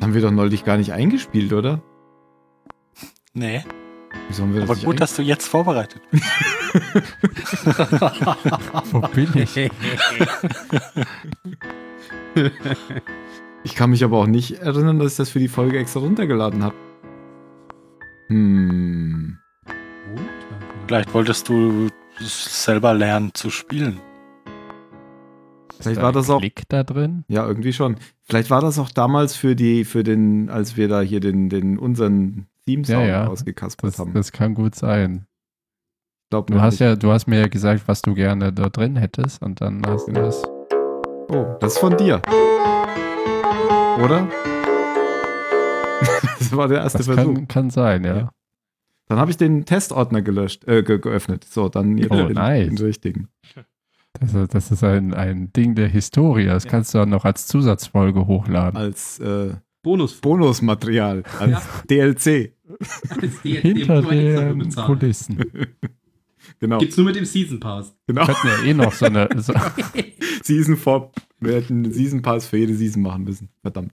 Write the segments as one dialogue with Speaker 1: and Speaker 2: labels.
Speaker 1: Haben wir doch neulich gar nicht eingespielt, oder?
Speaker 2: Nee.
Speaker 1: Wieso haben wir das
Speaker 2: Aber
Speaker 1: nicht
Speaker 2: gut, dass du jetzt vorbereitet bist.
Speaker 3: Wo bin ich?
Speaker 1: einge- ich kann mich aber auch nicht erinnern, dass ich das für die Folge extra runtergeladen habe. Hm.
Speaker 2: Vielleicht wolltest du selber lernen zu spielen.
Speaker 1: Vielleicht war das auch
Speaker 3: Klick da drin?
Speaker 1: Ja, irgendwie schon. Vielleicht war das auch damals für die, für den, als wir da hier den, den unseren Theme-Song
Speaker 3: Ja, ja.
Speaker 1: ausgekaspert
Speaker 3: Das,
Speaker 1: haben.
Speaker 3: das kann gut sein.
Speaker 1: Glaub
Speaker 3: Du
Speaker 1: noch
Speaker 3: hast
Speaker 1: nicht.
Speaker 3: ja, du hast mir ja gesagt, was du gerne da drin hättest und dann hast du das.
Speaker 1: Oh, das ist von dir. Oder? das war der erste
Speaker 3: Das
Speaker 1: Versuch.
Speaker 3: kann, kann sein, ja.
Speaker 1: Ja. Dann habe ich den Testordner gelöscht, äh, ge geöffnet. So, dann jetzt
Speaker 3: Oh,
Speaker 1: den,
Speaker 3: nice.
Speaker 1: den richtigen.
Speaker 3: Das, ist- das ist ein, ein Ding der Historie. Das
Speaker 4: Ja.
Speaker 3: kannst du dann noch als Zusatzfolge hochladen.
Speaker 1: Als äh,
Speaker 4: Bonus.
Speaker 1: Bonusmaterial, als DLC.
Speaker 3: Hinter den Kulissen.
Speaker 1: Genau,
Speaker 4: Gibt's nur mit dem Season Pass.
Speaker 1: genau.
Speaker 3: könnten ja eh noch so eine. So,
Speaker 1: Season 4. Wir hätten einen Season Pass für jede Season machen müssen. Verdammt.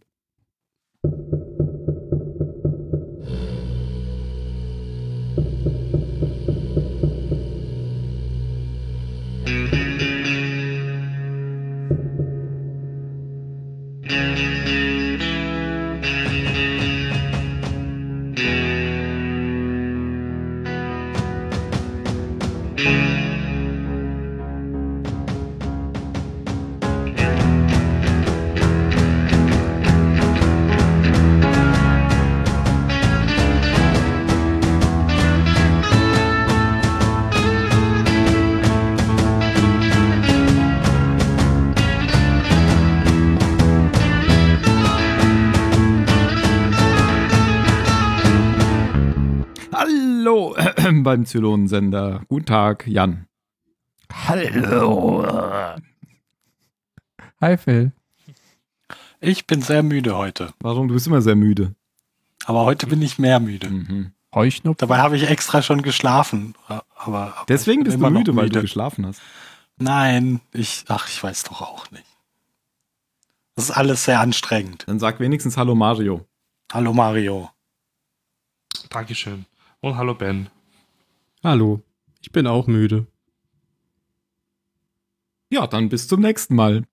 Speaker 1: Hallo beim Zylonensender. Guten Tag, Jan.
Speaker 3: Hallo. Hi Phil.
Speaker 2: Ich bin sehr müde heute.
Speaker 1: Warum? Du bist immer sehr müde.
Speaker 2: Aber heute bin ich mehr müde.
Speaker 3: Heuschnupfen.
Speaker 2: Dabei habe ich extra schon geschlafen. Aber, aber
Speaker 1: Deswegen
Speaker 2: ich bin
Speaker 1: bist du
Speaker 2: immer noch
Speaker 1: müde, weil du geschlafen hast.
Speaker 2: Nein, ich, ach, ich weiß doch auch nicht. Das ist alles sehr anstrengend.
Speaker 1: Dann sag wenigstens Hallo Mario.
Speaker 2: Hallo Mario.
Speaker 5: Dankeschön. Und hallo Ben.
Speaker 4: Hallo. Ich bin auch müde.
Speaker 1: Ja, dann bis zum nächsten Mal.